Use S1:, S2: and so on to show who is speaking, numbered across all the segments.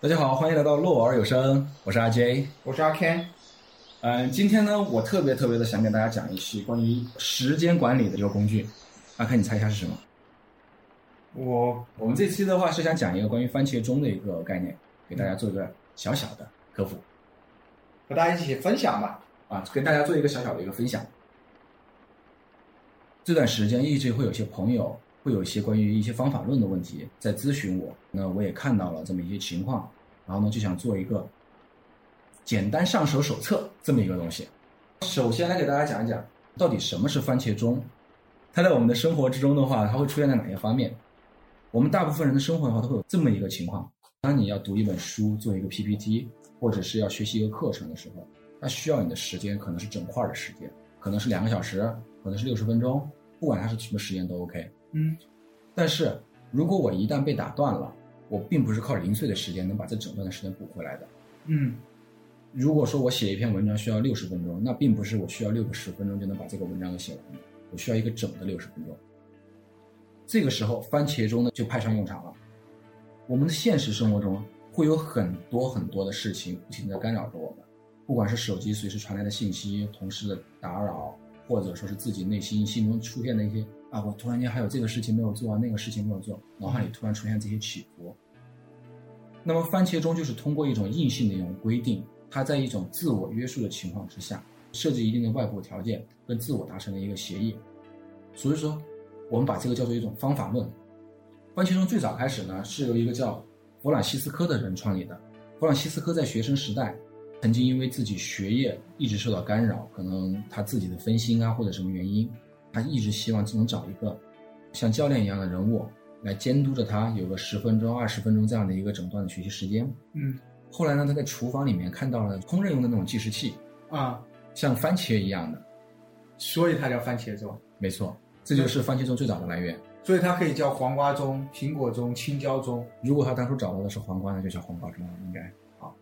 S1: 大家好，欢迎来到洛尔有声，我是阿 J。
S2: 我是阿 Ken，
S1: 嗯，今天呢，我特别特别的想给大家讲一期关于时间管理的这个工具。阿看你猜一下是什么？
S2: 我
S1: 我们这期的话是想讲一个关于番茄钟的一个概念，给大家做一个小小的科普
S2: 和大家一起分享吧。
S1: 啊，跟大家做一个小小的一个分享。这段时间一直会有些朋友会有一些关于一些方法论的问题在咨询我，那我也看到了这么一些情况，然后呢就想做一个简单上手手册这么一个东西。首先来给大家讲一讲，到底什么是番茄钟？它在我们的生活之中的话，它会出现在哪些方面？我们大部分人的生活的话，都会有这么一个情况：当你要读一本书、做一个 PPT，或者是要学习一个课程的时候，它需要你的时间可能是整块儿的时间，可能是两个小时，可能是六十分钟，不管它是什么时间都 OK。
S2: 嗯，
S1: 但是如果我一旦被打断了，我并不是靠零碎的时间能把这整段的时间补回来的。
S2: 嗯，
S1: 如果说我写一篇文章需要六十分钟，那并不是我需要六个十分钟就能把这个文章给写完的，我需要一个整的六十分钟。这个时候，番茄钟呢就派上用场了。我们的现实生活中会有很多很多的事情不停地干扰着我们，不管是手机随时传来的信息、同事的打扰，或者说是自己内心心中出现的一些啊，我突然间还有这个事情没有做啊，那个事情没有做，脑海里突然出现这些起伏。那么番茄钟就是通过一种硬性的一种规定，它在一种自我约束的情况之下，设置一定的外部条件跟自我达成的一个协议。所以说，我们把这个叫做一种方法论。番茄钟最早开始呢，是由一个叫弗朗西斯科的人创立的。弗朗西斯科在学生时代，曾经因为自己学业一直受到干扰，可能他自己的分心啊，或者什么原因，他一直希望能找一个像教练一样的人物来监督着他，有个十分钟、二十分钟这样的一个整段的学习时间。
S2: 嗯，
S1: 后来呢，他在厨房里面看到了烹饪用的那种计时器，
S2: 啊，
S1: 像番茄一样的，
S2: 所以它叫番茄钟，
S1: 没错，这就是番茄钟最早的来源。
S2: 所以它可以叫黄瓜钟、苹果钟、青椒钟。
S1: 如果他当初找到的是黄瓜，那就叫黄瓜钟了，应该好。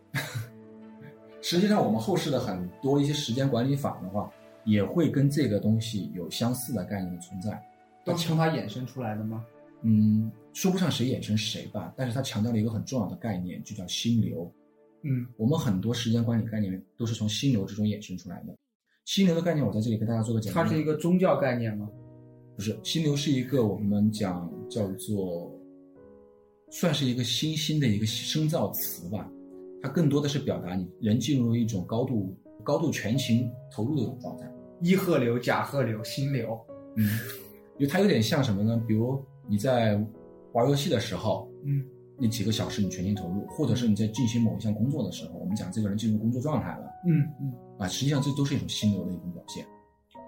S1: 实际上，我们后世的很多一些时间管理法的话，也会跟这个东西有相似的概念的存在。
S2: 都是从它衍生出来的吗？
S1: 嗯，说不上谁衍生谁吧，但是它强调了一个很重要的概念，就叫心流。
S2: 嗯
S1: 我们很多时间管理概念都是从心流之中衍生出来的。心流的概念，我在这里跟大家做个简单
S2: 嗯它
S1: 的。
S2: 是一个宗教概念吗？
S1: 不是心流是一个我们讲叫做，算是一个新兴的一个生造词吧。它更多的是表达你人进入一种高度高度全情投入的一种状态。
S2: 一鹤流、甲鹤流、心流。
S1: 嗯，因为它有点像什么呢？比如你在玩游戏的时候，
S2: 嗯
S1: 那几个小时你全心投入，或者是你在进行某一项工作的时候，我们讲这个人进入工作状态了
S2: 嗯嗯。
S1: 啊，实际上这都是一种心流的一种表现。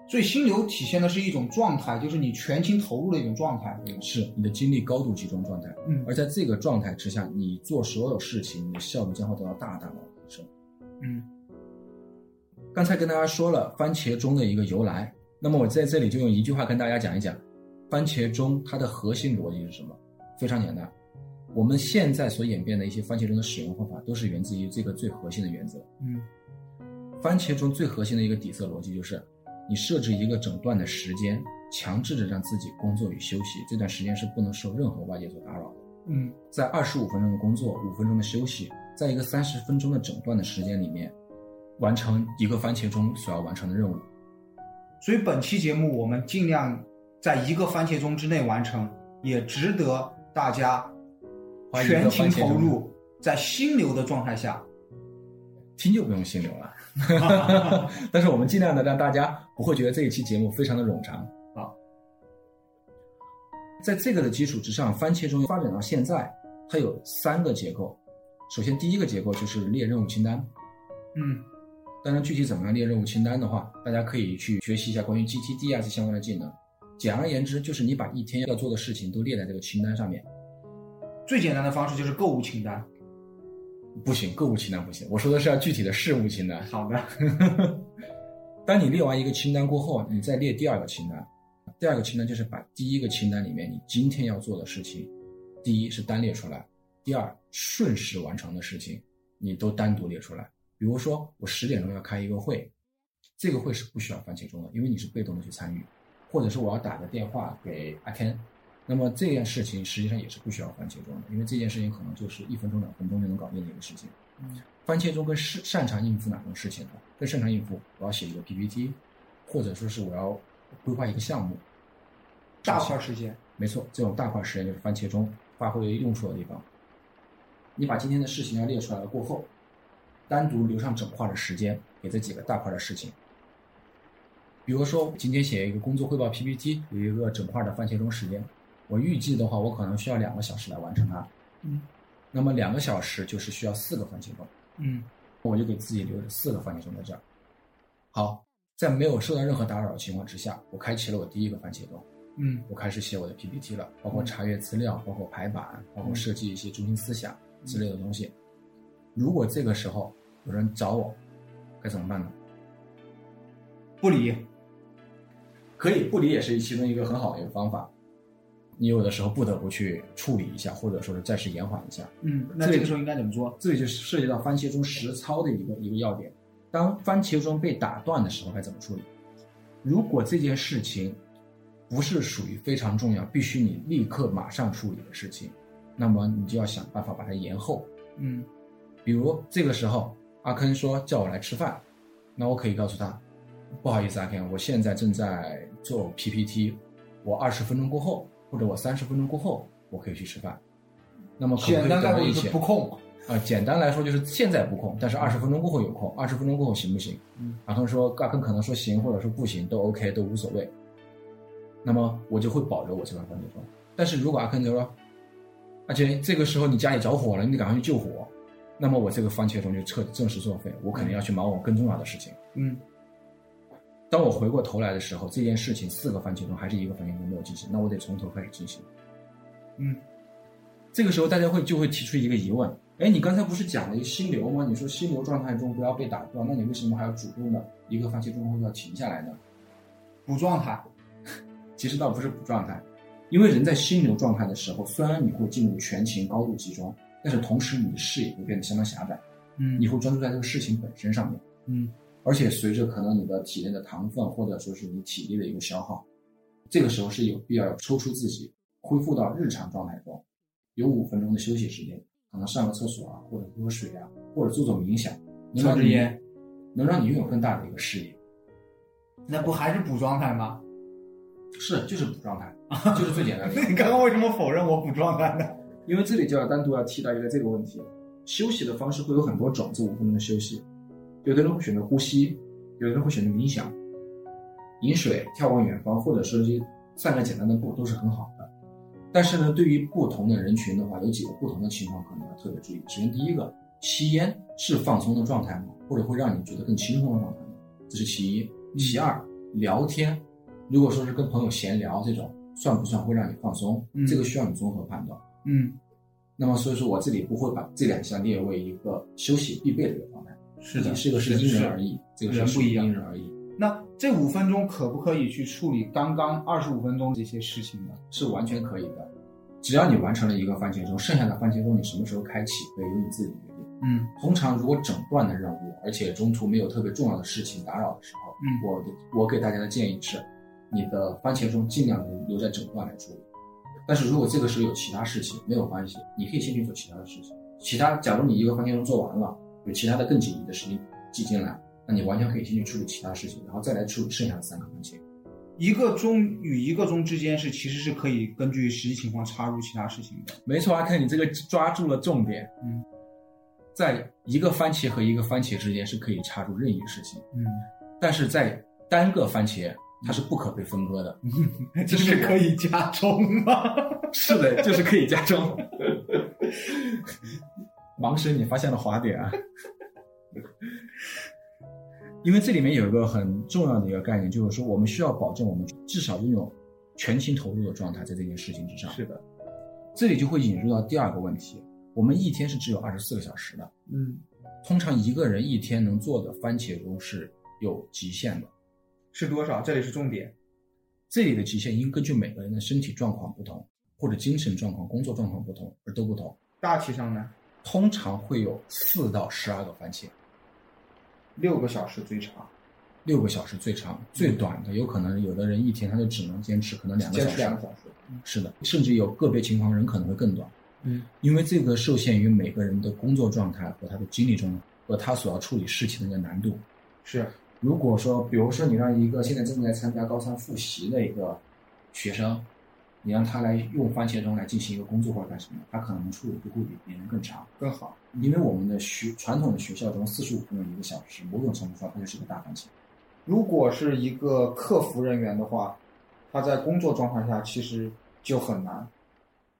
S2: 所以心流体现的是一种状态，就是你全情投入的一种状态，对吗？
S1: 是你的精力高度集中状态，
S2: 嗯
S1: 而在这个状态之下，你做所有事情，你的效率将会得到大大的提升。
S2: 嗯
S1: 刚才跟大家说了番茄钟的一个由来，那么我在这里就用一句话跟大家讲一讲，番茄钟它的核心逻辑是什么？非常简单，我们现在所演变的一些番茄钟的使用方法，都是源自于这个最核心的原则。
S2: 嗯
S1: 番茄钟最核心的一个底色逻辑就是，你设置一个整段的时间，强制着让自己工作与休息，这段时间是不能受任何外界所打扰的。
S2: 嗯
S1: 在二十五分钟的工作、五分钟的休息，在一个三十分钟的整段的时间里面，完成一个番茄钟所要完成的任务。
S2: 所以本期节目我们尽量在一个番茄钟之内完成，也值得大家
S1: 花一个
S2: 全情
S1: 番茄钟
S2: 投入，在心流的状态下。
S1: 听就不用心流了， 但是我们尽量的让大家不会觉得这一期节目非常的冗长
S2: 好。
S1: 在这个的基础之上，番茄钟发展到现在，它有三个结构。首先，第一个结构就是列任务清单。
S2: 嗯
S1: 当然，具体怎么样列任务清单的话，大家可以去学习一下关于 GTD 啊这相关的技能。简而言之，就是你把一天要做的事情都列在这个清单上面。，
S2: 最简单的方式就是购物清单。
S1: 不行，购物清单不行，我说的是要具体的事务清单。
S2: 好的，
S1: 当你列完一个清单过后啊，你再列第二个清单。第二个清单就是把第一个清单里面你今天要做的事情，第一是单列出来，第二瞬时完成的事情，你都单独列出来。比如说，我十点钟要开一个会，这个会是不需要番茄钟的，因为你是被动的去参与，或者是我要打个电话给阿 Ken，那么这件事情实际上也是不需要番茄钟的，因为这件事情可能就是一分钟、两分钟就能搞定的一个事情。
S2: 嗯
S1: 番茄钟更擅擅长应付哪种事情呢？更擅长应付我要写一个 PPT，或者说是我要规划一个项目。
S2: 大块时间，
S1: 没错，这种大块时间就是番茄钟发挥用处的地方。你把今天的事情要列出来了过后，单独留上整块的时间给这几个大块的事情。比如说，今天写一个工作汇报 PPT，有一个整块的番茄钟时间，我预计的话，我可能需要两个小时来完成它。
S2: 嗯
S1: 那么两个小时就是需要四个番茄钟。
S2: 嗯
S1: 我就给自己留了四个番茄钟在这儿。好，在没有受到任何打扰的情况之下，我开启了我第一个番茄钟，
S2: 嗯
S1: 我开始写我的 PPT 了，包括查阅资料，包括排版，包括设计一些中心思想之类的东西。如果这个时候有人找我，该怎么办呢？
S2: 不理，
S1: 可以不理也是其中一个很好的一个方法。你有的时候不得不去处理一下，或者说是暂时延缓一下。
S2: 嗯，那这个时候应该怎么做？
S1: 这里就涉及到番茄钟实操的一个一个要点。当番茄钟被打断的时候，该怎么处理？如果这件事情不是属于非常重要，必须你立刻马上处理的事情，那么你就要想办法把它延后。
S2: 嗯
S1: 比如这个时候，阿坑说叫我来吃饭，那我可以告诉他，不好意思，阿坑，我现在正在做 PPT，我二十分钟过后，或者我三十分钟过后，我可以去吃饭。那么可不可以
S2: 简单概
S1: 等
S2: 括
S1: 我一
S2: 就是
S1: 些
S2: 不控。
S1: 啊，简单来说就是现在不空，但是二十分钟过后有空，二十分钟过后行不行？
S2: 嗯，
S1: 阿坑说，阿坑可能说行，或者说不行，都 OK，都无所谓。那么我就会保留我这块番茄钟。但是如果阿坑就说，阿杰，这个时候你家里着火了，你得赶快去救火，那么我这个番茄钟就彻正式作废，我肯定要去忙我更重要的事情。
S2: 嗯
S1: 当我回过头来的时候，这件事情四个番茄钟还是一个番茄钟没有进行，那我得从头开始进行。
S2: 嗯
S1: 这个时候大家会就会提出一个疑问：哎，你刚才不是讲了一个心流吗？你说心流状态中不要被打断，那你为什么还要主动的一个番茄钟会要停下来呢？
S2: 补状态。
S1: 其实倒不是不状态，因为人在心流状态的时候，虽然你会进入全情高度集中，但是同时你的视野会变得相当狭窄，
S2: 嗯
S1: 你会专注在这个事情本身上面，
S2: 嗯
S1: 而且随着可能你的体内的糖分或者说是你体力的一个消耗，这个时候是有必要抽出自己，恢复到日常状态中，有五分钟的休息时间，可能上个厕所啊，或者喝水啊，或者做做冥想，能让
S2: 抽
S1: 你
S2: 支烟，
S1: 能让你拥有更大的一个视野。
S2: 那不还是补状态吗？
S1: 是，就是补状态，就是最简单的一个。
S2: 那你刚刚为什么否认我补状态呢？
S1: 因为这里就要单独要提到一个这个问题，休息的方式会有很多种，这五分钟的休息，有的人会选择呼吸，有的人会选择冥想、饮水、眺望远方，或者说是散个简单的步都是很好的。但是呢，对于不同的人群的话，有几个不同的情况可能要特别注意。首先，第一个，吸烟是放松的状态吗？或者会让你觉得更轻松的状态吗？这是其一。其二，聊天，如果说是跟朋友闲聊这种，算不算会让你放松？
S2: 嗯
S1: 这个需要你综合判断。
S2: 嗯，
S1: 那么所以说我这里不会把这两项列为一个休息必备的一个状态，
S2: 是
S1: 这个是因人而。异，这个
S2: 人
S1: 是
S2: 不一样
S1: 因人而异，
S2: 那这五分钟可不可以去处理刚刚二十五分钟这些事情呢？
S1: 是完全可以的。只要你完成了一个番茄钟，剩下的番茄钟你什么时候开启，可以由你自己决定。
S2: 嗯
S1: 通常如果整段的任务，而且中途没有特别重要的事情打扰的时候，
S2: 嗯
S1: 我的我给大家的建议是，你的番茄钟尽量留在整段来处理。但是如果这个时候有其他事情，没有关系，你可以先去做其他的事情。其他，假如你一个番茄钟做完了，有其他的更紧急的事情挤进来，那你完全可以先去处理其他事情，然后再来处理剩下的三个番茄。
S2: 一个钟与一个钟之间是其实是可以根据实际情况插入其他事情的。
S1: 没错，阿啊克，你这个抓住了重点。
S2: 嗯，
S1: 在一个番茄和一个番茄之间是可以插入任意事情，
S2: 嗯，
S1: 但是在单个番茄它是不可被分割的。
S2: 这是可以加钟吗？
S1: 是的，就是可以加 重。盲师，你发现了滑点啊！因为这里面有一个很重要的一个概念，就是说我们需要保证我们至少拥有全情投入的状态在这件事情之上。
S2: 是的，
S1: 这里就会引入到第二个问题：我们一天是只有二十四个小时的，
S2: 嗯，
S1: 通常一个人一天能做的番茄钟是有极限的。
S2: 是多少？这里是重点。
S1: 这里的极限应根据每个人的身体状况不同，或者精神状况、工作状况不同而都不同。
S2: 大体上呢，
S1: 通常会有四到十二个番茄，
S2: 六个小时最长。
S1: 六个小时最长，最短的有可能有的人一天他就只能坚持可能两个
S2: 坚
S1: 小
S2: 持两个
S1: 时，
S2: 小时，
S1: 是的，甚至有个别情况人可能会更短，
S2: 嗯
S1: 因为这个受限于每个人的工作状态和他的精力状态和他所要处理事情的一个难度。
S2: 是
S1: 如果说，比如说你让一个现在正在参加高三复习的一个学生，你让他来用番茄钟来进行一个工作或者干什么，他可能处理会会比别人更长。
S2: 更好，
S1: 因为我们的学传统的学校中，四十五分钟一个小时，某种程度上它就是一个大番茄。
S2: 如果是一个客服人员的话，他在工作状态下其实就很难，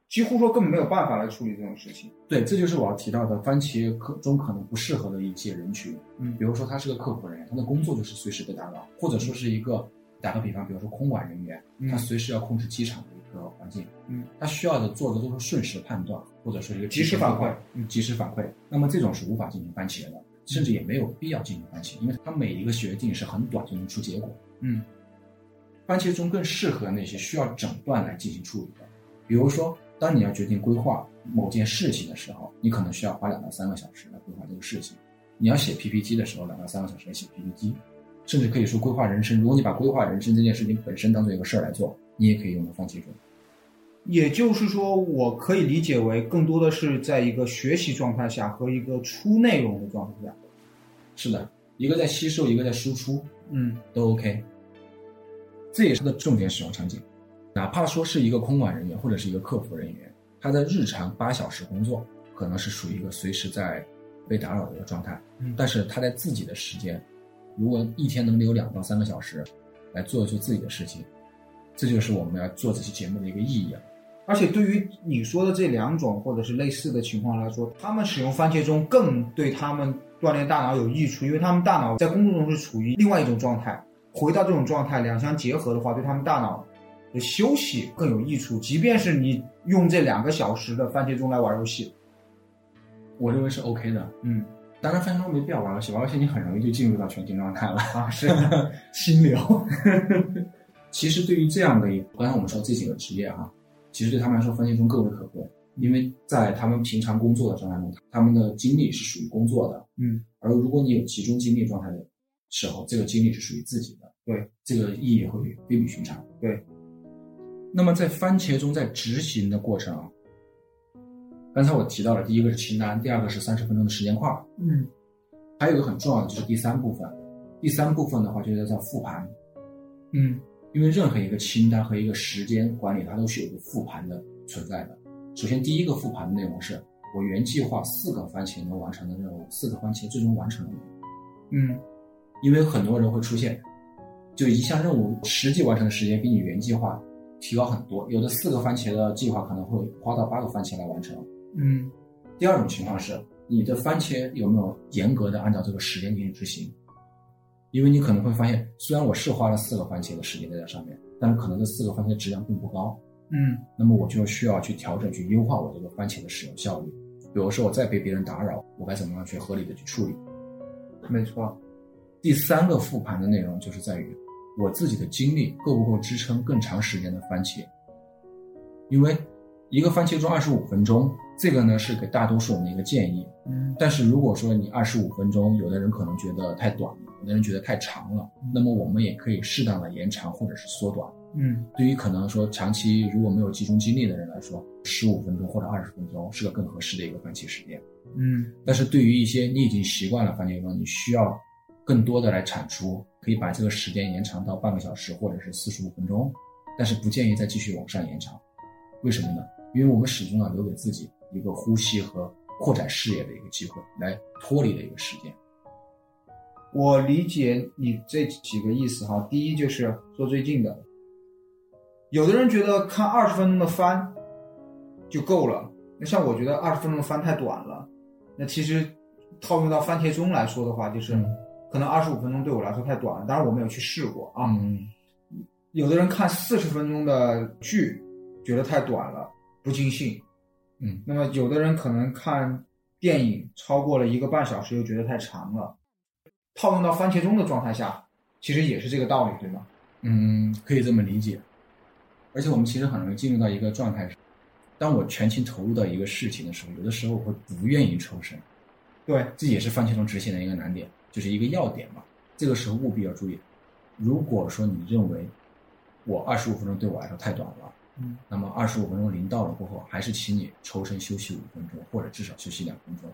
S2: 几乎说根本没有办法来处理这种事情。
S1: 对，这就是我要提到的番茄可中可能不适合的一些人群。
S2: 嗯
S1: 比如说他是个客服人员，他的工作就是随时被打扰，或者说是一个打个比方，比如说空管人员，
S2: 嗯
S1: 他随时要控制机场的一个环境，
S2: 嗯，
S1: 他需要的做的都是瞬时判断，或者说一个
S2: 及时反馈，
S1: 嗯，及时反馈。那么这种是无法进行番茄的，甚至也没有必要进行番茄，因为它每一个决定是很短就能出结果。
S2: 嗯，
S1: 番茄钟更适合那些需要整段来进行处理的，比如说，当你要决定规划某件事情的时候，你可能需要花两到三个小时来规划这个事情。你要写 PPT 的时候，两到三个小时来写 PPT，甚至可以说规划人生。如果你把规划人生这件事情本身当做一个事儿来做，你也可以用到番茄钟。
S2: 也就是说，我可以理解为更多的是在一个学习状态下和一个出内容的状态下。
S1: 是的，一个在吸收，一个在输出，
S2: 嗯
S1: 都 OK。这也是它的重点使用场景，哪怕说是一个空管人员或者是一个客服人员，他在日常八小时工作，可能是属于一个随时在被打扰的一个状态
S2: 嗯，
S1: 但是他在自己的时间，如果一天能留两到三个小时来做一做自己的事情，这就是我们要做这期节目的一个意义啊。
S2: 而且对于你说的这两种或者是类似的情况来说，他们使用番茄钟更对他们锻炼大脑有益处，因为他们大脑在工作中是处于另外一种状态，回到这种状态两相结合的话，对他们大脑的休息更有益处。即便是你用这两个小时的番茄钟来玩游戏，
S1: 我认为是 OK 的，
S2: 嗯
S1: 当然分钟没必要玩游戏，玩游戏你很容易就进入到全情状态了。
S2: 啊是
S1: 心流。 其实对于这样的一，刚才我们说这几个职业哈、其实对他们来说番茄钟更为可贵，因为在他们平常工作的状态中，他们的精力是属于工作的，
S2: 嗯
S1: 而如果你有集中精力状态的时候，这个精力是属于自己的，
S2: 对，
S1: 这个意义会非比寻常，
S2: 对。
S1: 那么在番茄钟在执行的过程啊，刚才我提到了第一个是清单，第二个是三十分钟的时间块儿，
S2: 嗯
S1: 还有一个很重要的就是第三部分，第三部分的话就是叫复盘，
S2: 嗯
S1: 因为任何一个清单和一个时间管理，它都是有一个复盘的存在的。首先，第一个复盘的内容是我原计划四个番茄能完成的任务，四个番茄最终完成了没有。
S2: 嗯
S1: 因为很多人会出现，就一项任务实际完成的时间比你原计划提高很多，有的四个番茄的计划可能会花到八个番茄来完成。
S2: 嗯
S1: 第二种情况是，你的番茄有没有严格的按照这个时间进行执行？因为你可能会发现，虽然我是花了四个番茄的时间在这上面，但是可能这四个番茄质量并不高。
S2: 嗯
S1: 那么我就需要去调整、去优化我这个番茄的使用效率。比如说，我再被别人打扰，我该怎么样去合理的去处理？
S2: 嗯，没错，
S1: 第三个复盘的内容就是在于我自己的精力够不够支撑更长时间的番茄，因为一个番茄钟二十五分钟，这个呢是给大多数人的一个建议。
S2: 嗯
S1: 但是如果说你二十五分钟，有的人可能觉得太短了，有的人觉得太长了，那么我们也可以适当的延长或者是缩短。
S2: 嗯
S1: 对于可能说长期如果没有集中精力的人来说，十五分钟或者二十分钟是个更合适的一个番茄时间。
S2: 嗯
S1: 但是对于一些你已经习惯了番茄钟，你需要更多的来产出，可以把这个时间延长到半个小时或者是四十五分钟，但是不建议再继续往上延长。为什么呢？因为我们始终要留给自己一个呼吸和扩展视野的一个机会，来脱离的一个时间。
S2: 我理解你这几个意思哈。第一就是说最近的，有的人觉得看二十分钟的番就够了，那像我觉得二十分钟的番太短了。那其实套用到番茄钟来说的话，就是、
S1: 嗯
S2: 可能二十五分钟对我来说太短了，当然我没有去试过啊。
S1: 嗯，
S2: 有的人看四十分钟的剧觉得太短了，不尽兴。
S1: 嗯，
S2: 那么有的人可能看电影超过了一个半小时，又觉得太长了。套用到番茄钟的状态下，其实也是这个道理，对吗？
S1: 嗯，可以这么理解。而且我们其实很容易进入到一个状态，当我全情投入到一个事情的时候，有的时候我会不愿意抽身，
S2: 对，
S1: 这也是番茄钟执行的一个难点，就是一个要点嘛。这个时候务必要注意，如果说你认为我二十五分钟对我来说太短了，
S2: 嗯，
S1: 那么二十五分钟临到了过后，还是请你抽身休息五分钟，或者至少休息两分钟，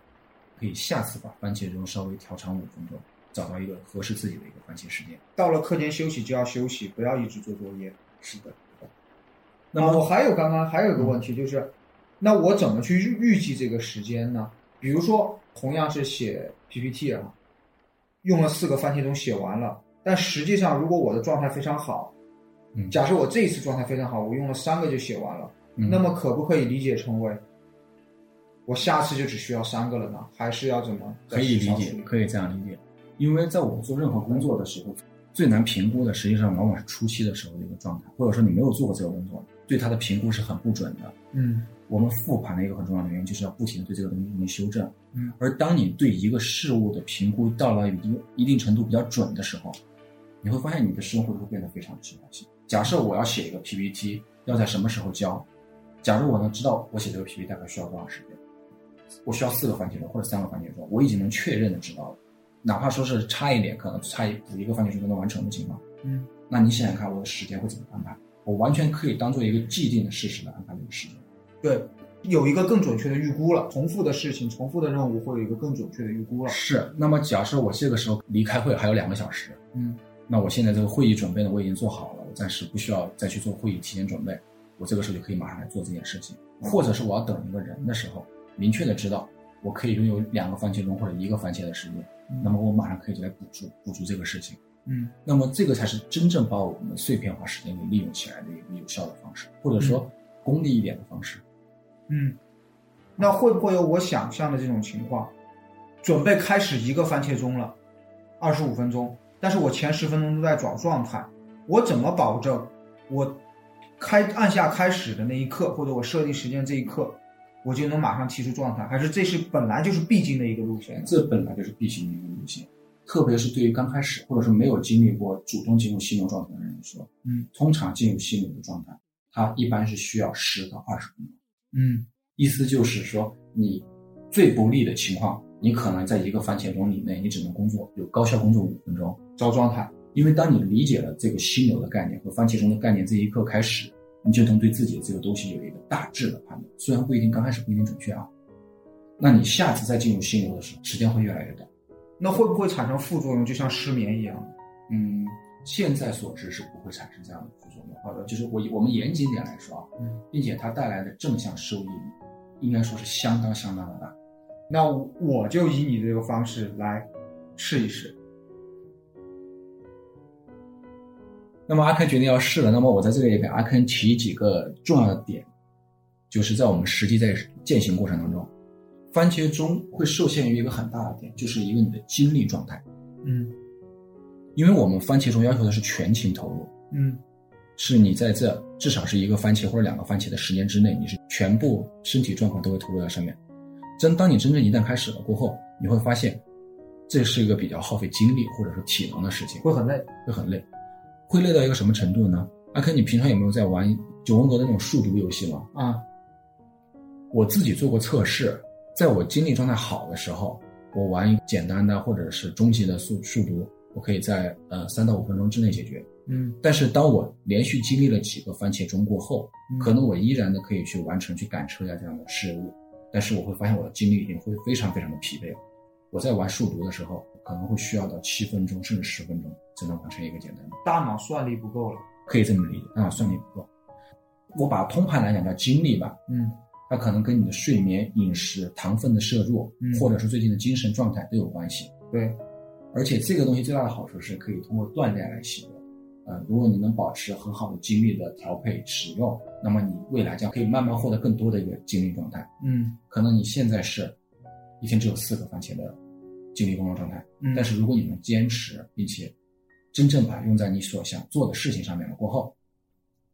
S1: 可以下次把番茄钟稍微调长五分钟，找到一个合适自己的一个番茄时间。
S2: 到了课间休息就要休息，不要一直做作业。
S1: 是的，
S2: 那
S1: 嗯
S2: 么我还有刚刚还有一个问题就是，那我怎么去预预计这个时间呢？比如说，同样是写 PPT 啊，用了四个番茄钟写完了，但实际上如果我的状态非常好，
S1: 嗯，
S2: 假设我这一次状态非常好，我用了三个就写完了，
S1: 嗯
S2: 那么可不可以理解成为我下次就只需要三个了呢？还是要怎么再
S1: 可以
S2: 去
S1: 理
S2: 消
S1: 解
S2: 除，
S1: 可以这样理解，因为在我们做任何工作的时候，最难评估的实际上往往是初期的时候的一个状态，或者说你没有做过这个工作，对它的评估是很不准的。
S2: 嗯
S1: 我们复盘的一个很重要的原因就是要不停的对这个东西进行修正。
S2: 嗯，
S1: 而当你对一个事物的评估到了一定一定程度比较准的时候，你会发现你的生活就会变得非常有计划性。假设我要写一个 PPT，要在什么时候交？假如我能知道我写这个 PPT 大概需要多长时间，我需要四个番茄钟或者三个番茄钟，我已经能确认的知道了。哪怕说是差一点，可能差一补一个番茄钟都能完成的情况，
S2: 嗯，
S1: 那你想想看，我的时间会怎么安排？我完全可以当做一个既定的事实来安排这个时间。
S2: 对，有一个更准确的预估了，重复的事情、重复的任务会有一个更准确的预估了。
S1: 是，那么假设我这个时候离开会还有两个小时，
S2: 嗯
S1: 那我现在这个会议准备呢，我已经做好了，我暂时不需要再去做会议提前准备，我这个时候就可以马上来做这件事情。或者是我要等一个人的时候，明确的知道我可以拥有两个番茄钟或者一个番茄的时间，
S2: 嗯
S1: 那么我马上可以就来补足补足这个事情。
S2: 嗯。
S1: 那么这个才是真正把我们碎片化时间给利用起来的一个有效的方式，或者说功利一点的方式。
S2: 嗯，那会不会有我想象的这种情况？准备开始一个番茄钟了，二十五分钟，但是我前十分钟都在找状态，我怎么保证我开按下开始的那一刻，或者我设定时间这一刻，我就能马上提出状态？还是这是本来就是必经的一个路线？
S1: 这本来就是必行的一个路线，特别是对于刚开始或者是没有经历过主动进入心流状态的人来说，
S2: 嗯，
S1: 通常进入心流的状态，它一般是需要十到二十分钟。
S2: 嗯
S1: 意思就是说，你最不利的情况，你可能在一个番茄钟以内，你只能工作有高效工作五分钟，
S2: 找状态。
S1: 因为当你理解了这个心流的概念和番茄钟的概念这一刻开始，你就能对自己的这个东西有一个大致的判断，虽然不一定刚开始不一定准确啊。那你下次再进入心流的时候，时间会越来越短。
S2: 那会不会产生副作用，就像失眠一样？
S1: 嗯，现在所知是不会产生这样的副作用。好的，就是我我们严谨点来说啊，
S2: 嗯，
S1: 并且它带来的正向收益，应该说是相当相当的大。
S2: 那我就以你这个方式来试一试。
S1: 那么阿坑决定要试了，那么我在这里也给阿坑提几个重要的点，就是在我们实际在践行过程当中，番茄钟会受限于一个很大的点，就是一个你的精力状态，
S2: 嗯
S1: 因为我们番茄钟要求的是全情投入，
S2: 嗯
S1: 是你在这至少是一个番茄或者两个番茄的时间之内，你是全部身体状况都会投入到上面。真当你真正一旦开始了过后，你会发现，这是一个比较耗费精力或者说体能的事情，
S2: 会很累。
S1: 会很累，会累到一个什么程度呢？阿 K，你平常有没有在玩九宫格的那种数独游戏吗？
S2: 啊、
S1: 我自己做过测试，在我精力状态好的时候，我玩简单的或者是中级的数数独，我可以在呃三到五分钟之内解决。
S2: 嗯
S1: 但是当我连续经历了几个番茄钟过后，
S2: 嗯
S1: 可能我依然的可以去完成去赶车呀这样的事务，但是我会发现我的精力已经会非常非常的疲惫了。我在玩数独的时候，可能会需要到七分钟甚至十分钟才能完成一个简单的，
S2: 大脑算力不够了。
S1: 可以这么理解。但我算力不够，我把通盘来讲叫精力吧，
S2: 嗯
S1: 它可能跟你的睡眠、饮食、糖分的摄入，
S2: 嗯
S1: 或者是最近的精神状态都有关系。，
S2: 对，
S1: 而且这个东西最大的好处是可以通过锻炼来习得。呃，如果你能保持很好的精力的调配使用，那么你未来将可以慢慢获得更多的一个精力状态。
S2: 嗯
S1: 可能你现在是一天只有四个番茄的精力工作状态，
S2: 嗯
S1: 但是如果你能坚持，并且真正把它用在你所想做的事情上面了过后，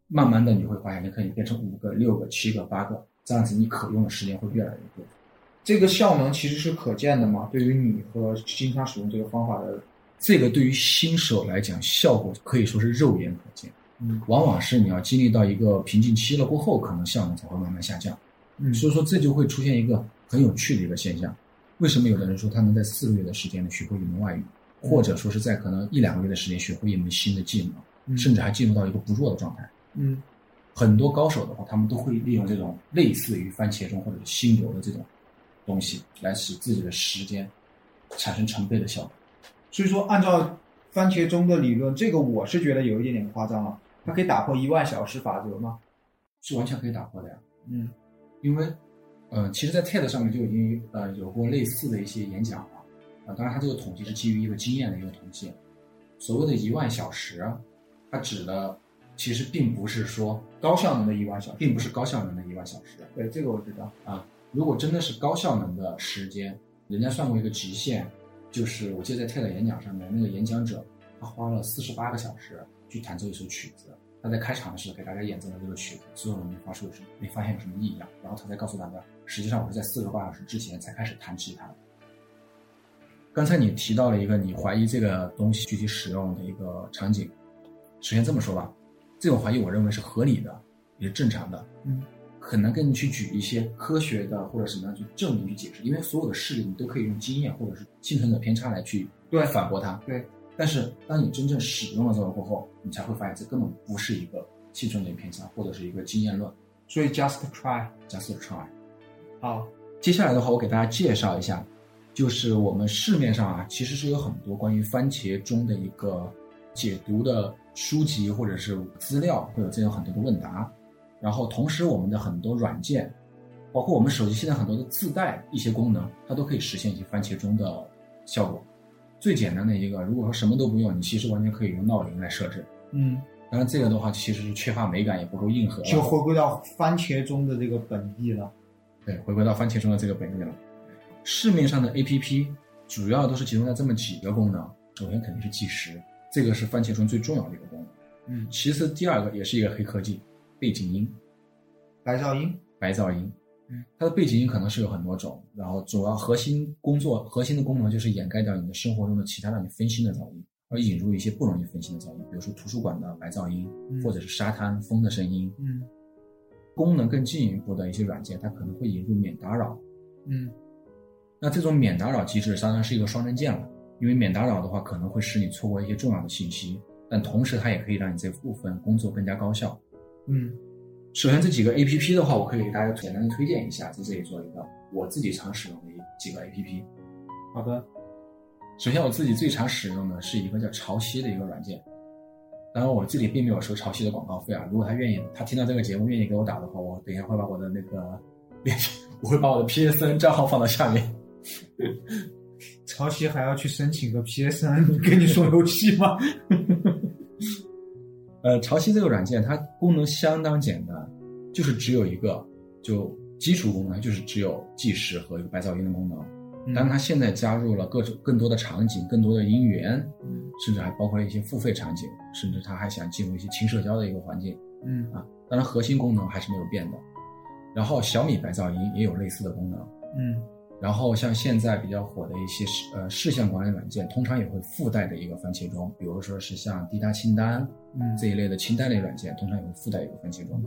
S1: 慢慢的你会发现，你可以变成五个、六个、七个、八个，这样子你可用的时间会越来越多。
S2: 这个效能其实是可见的嘛，对于你和经常使用这个方法的人，
S1: 这个对于新手来讲，效果可以说是肉眼可见。
S2: 嗯
S1: 往往是你要经历到一个瓶颈期了过后，可能效能才会慢慢下降。
S2: 嗯
S1: 所以说，这就会出现一个很有趣的一个现象：为什么有的人说他能在四个月的时间内学会一门外语，或者说是在可能一两个月的时间学会一门新的技能，
S2: 嗯
S1: 甚至还进入到一个不弱的状态。
S2: 嗯
S1: 很多高手的话，他们都会利用这种类似于番茄钟或者是心流的这种东西，来使自己的时间产生成倍的效果。
S2: 所以说，按照番茄钟的理论，这个我是觉得有一点点夸张了。它可以打破一万小时法则吗？
S1: 是完全可以打破的呀。
S2: 嗯
S1: 因为，呃，其实，在 TED 上面就已经呃有过类似的一些演讲了。啊、当然，它这个统计是基于一个经验的一个统计。所谓的一万小时啊，它指的其实并不是说高效能的一万小时，并不是高效能的一万小时。
S2: 对，这个我知道。
S1: 如果真的是高效能的时间，人家算过一个极限，就是我记得在 TED 演讲上面，那个演讲者他花了四十八个小时去弹奏一首曲子。他在开场的时候给大家演奏了这个曲子，所有人没发出有什么没发现有什么异样，然后他才告诉大家，实际上我是在四个半小时之前才开始弹吉他的。刚才你提到了一个你怀疑这个东西具体使用的一个场景，首先这么说吧，这种怀疑我认为是合理的，也是正常的，
S2: 嗯，
S1: 很难跟你去举一些科学的或者什么样去证明去解释，因为所有的事例你都可以用经验或者是幸存者偏差来去
S2: 对
S1: 反驳它，
S2: 对。
S1: 但是当你真正使用了这个过后，你才会发现这根本不是一个幸存者偏差或者是一个经验论
S2: 所以 just try。
S1: ，just try。
S2: 好，
S1: 接下来的话，我给大家介绍一下，就是我们市面上啊，其实是有很多关于番茄钟的一个解读的书籍或者是资料，会有这样很多的问答。然后同时，我们的很多软件，包括我们手机现在很多的自带一些功能，它都可以实现一些番茄钟的效果。最简单的一个，如果说什么都不用，你其实完全可以用闹铃来设置。
S2: 嗯，
S1: 当然，这个的话其实是缺乏美感，也不够硬核啊了。
S2: 就回归到番茄钟的这个本意了。
S1: 对，回归到番茄钟的这个本意了。市面上的 APP 主要都是集中在这么几个功能，首先肯定是计时，这个是番茄钟最重要的一个功能。
S2: 嗯，
S1: 其次，第二个也是一个黑科技，背景音、
S2: 白噪音。
S1: 白噪音
S2: 嗯。
S1: 它的背景音可能是有很多种，然后主要核心工作、核心的功能就是掩盖掉你的生活中的其他让你分心的噪音，而引入一些不容易分心的噪音，比如说图书馆的白噪音，
S2: 嗯
S1: 或者是沙滩风的声音。
S2: 嗯
S1: 功能更进一步的一些软件，它可能会引入免打扰，
S2: 嗯
S1: 那这种免打扰机制当然是一个双刃剑了，因为免打扰的话可能会使你错过一些重要的信息，但同时它也可以让你这部分工作更加高效。
S2: 嗯
S1: 首先这几个 A P P 的话，我可以给大家简单的推荐一下，在这里做一个我自己常使用的一几个 A P P。
S2: 好的。
S1: 首先我自己最常使用的是一个叫潮汐的一个软件，当然我这里并没有收潮汐的广告费啊。如果他愿意，他听到这个节目愿意给我打的话，我等一下会把我的那个 链接，我会把我的 P S N 账号放到下面。
S2: 潮汐还要去申请个 PSN 给你送游戏吗？
S1: 呃，潮汐这个软件它功能相当简单，就是只有一个，就基础功能就是只有计时和一个白噪音的功能。
S2: 嗯
S1: 当然，它现在加入了各种更多的场景、更多的音源，
S2: 嗯
S1: 甚至还包括了一些付费场景，甚至它还想进入一些轻社交的一个环境。
S2: 嗯
S1: 当然，核心功能还是没有变的。然后小米白噪音也有类似的功能。
S2: 嗯
S1: 然后像现在比较火的一些事呃事项管理软件，通常也会附带着一个番茄钟，比如说是像滴答清单，
S2: 嗯，
S1: 这一类的清单类软件，通常也会附带一个番茄钟。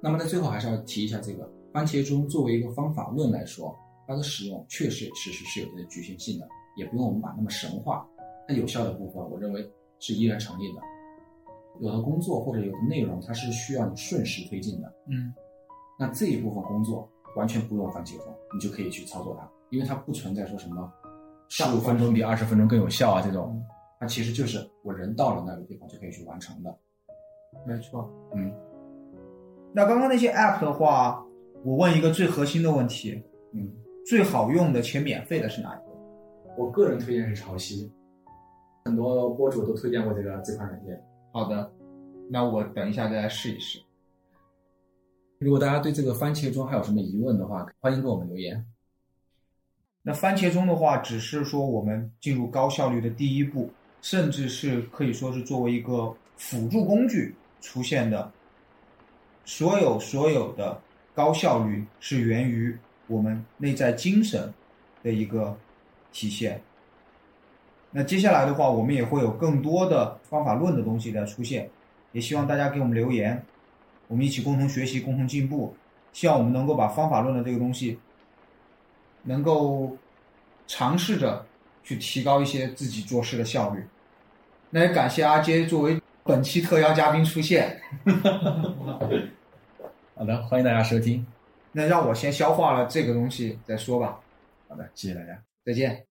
S1: 那么在最后还是要提一下这个番茄钟作为一个方法论来说，它的使用确实事实是有它的局限性的，也不用我们把它那么神化。它有效的部分，我认为是依然成立的。有的工作或者有的内容，它是需要你瞬时推进的，
S2: 嗯
S1: 那这一部分工作完全不用番茄钟，你就可以去操作它，因为它不存在说什么十五分钟比二十分钟更有效啊这种，它其实就是我人到了那个地方就可以去完成的。
S2: 没错。
S1: 嗯，
S2: 那刚刚那些 app 的话，我问一个最核心的问题：
S1: 嗯，
S2: 最好用的且免费的是哪一个？
S1: 我个人推荐是潮汐，很多博主都推荐过这个这款软件。
S2: 好的，那我等一下再来试一试。
S1: 如果大家对这个番茄钟还有什么疑问的话，欢迎给我们留言。
S2: 那番茄钟的话，只是说我们进入高效率的第一步，甚至是可以说是作为一个辅助工具出现的。所有所有的高效率是源于我们内在精神的一个体现。那接下来的话，我们也会有更多的方法论的东西的出现，也希望大家给我们留言，我们一起共同学习，共同进步。希望我们能够把方法论的这个东西能够尝试着去提高一些自己做事的效率。那也感谢阿杰作为本期特邀嘉宾出现，
S1: 好的，欢迎大家收听，
S2: 那让我先消化了这个东西再说吧。
S1: 好的，谢谢大家。
S2: 再见。